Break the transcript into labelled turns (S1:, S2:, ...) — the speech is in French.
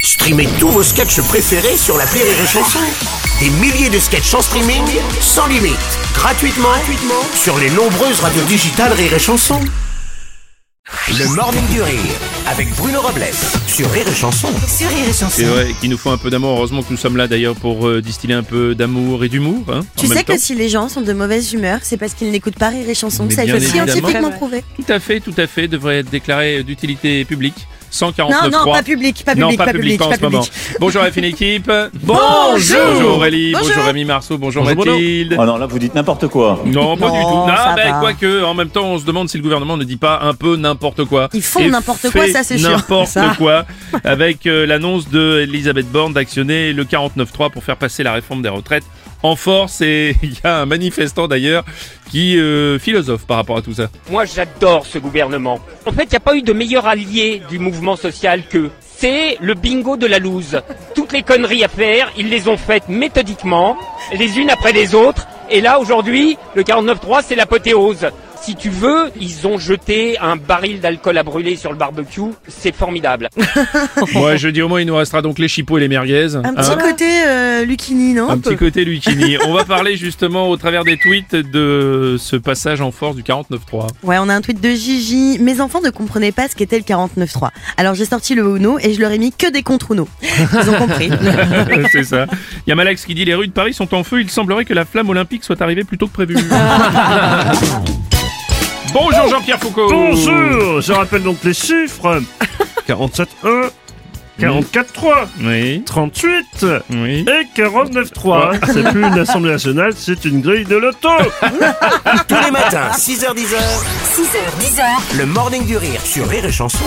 S1: Streamez tous vos sketchs préférés sur la Rire et Chanson. Des milliers de sketchs en streaming, sans limite, gratuitement, gratuitement sur les nombreuses radios digitales Rire et Chanson. Le Morning du Rire avec Bruno Robles sur Rire et Chanson.
S2: sur Rire et Chanson.
S3: C'est vrai qu'il nous faut un peu d'amour. Heureusement que nous sommes là d'ailleurs pour euh, distiller un peu d'amour et d'humour. hein, en
S4: Tu
S3: même
S4: sais que
S3: temps.
S4: si les gens sont de mauvaise humeur, c'est parce qu'ils n'écoutent pas rire et chanson.
S3: Mais
S4: Ça a
S3: bien
S4: été
S3: évidemment.
S4: scientifiquement prouvé.
S3: Tout à fait, tout à fait, devrait être déclaré d'utilité publique. 149
S4: Non, non, pas public, pas
S3: non,
S4: public,
S3: pas,
S4: pas
S3: public,
S4: public,
S3: pas en
S4: pas
S3: ce moment.
S4: public.
S3: Bonjour la fine équipe.
S4: Bonjour.
S3: Bonjour Aurélie. Bonjour,
S4: Bonjour.
S3: Rémi Marceau. Bonjour,
S5: Bonjour Bruno.
S3: Mathilde.
S5: Oh non, là vous dites n'importe quoi.
S3: Non, pas
S4: Non,
S3: du tout.
S4: ça
S3: ben,
S4: va.
S3: quoique, en même temps, on se demande si le gouvernement ne dit pas un peu n'importe quoi.
S4: Ils font
S3: Et
S4: n'importe quoi,
S3: fait
S4: ça, c'est sûr.
S3: N'importe
S4: Ça.
S3: quoi, avec euh, l'annonce de Elisabeth Borne d'actionner le 49.3 pour faire passer la réforme des retraites en force. Et il y a un manifestant d'ailleurs qui euh, philosophe par rapport à tout ça.
S6: Moi, j'adore ce gouvernement. En fait, il n'y a pas eu de meilleur allié du mouvement social que c'est le bingo de la loose. Toutes les conneries à faire, ils les ont faites méthodiquement, les unes après les autres. Et là, aujourd'hui, le 49.3, c'est l'apothéose. Si tu veux, ils ont jeté un baril d'alcool à brûler sur le barbecue. C'est formidable.
S3: Moi, je dis au moins, il nous restera donc les chipots et les merguez.
S4: Oh. Un
S3: hein.
S4: petit côté euh, Lucini, non
S3: Un
S4: peu
S3: petit côté Lucini. On va parler justement au travers des tweets de ce passage en force du 49.3.
S4: Ouais, on a un tweet de Gigi. Mes enfants ne comprenaient pas ce qu'était le 49.3. Alors j'ai sorti le Uno et je leur ai mis que des contre Uno. Ils ont compris.
S3: C'est ça. Il y a Malax qui dit les rues de Paris sont en feu. Il semblerait que la flamme olympique soit arrivée plus tôt que prévu. Bonjour Jean-Pierre Foucault.
S7: Bonjour, je rappelle donc les chiffres. 47-1, 44-3,
S3: Oui.
S7: 38
S3: Oui.
S7: et 49-3. Ah, C'est plus une assemblée nationale, c'est une grille de loto.
S1: Tous les matins, 6h10,
S2: 6h, 10h.
S1: le Morning du Rire sur Rire et Chanson.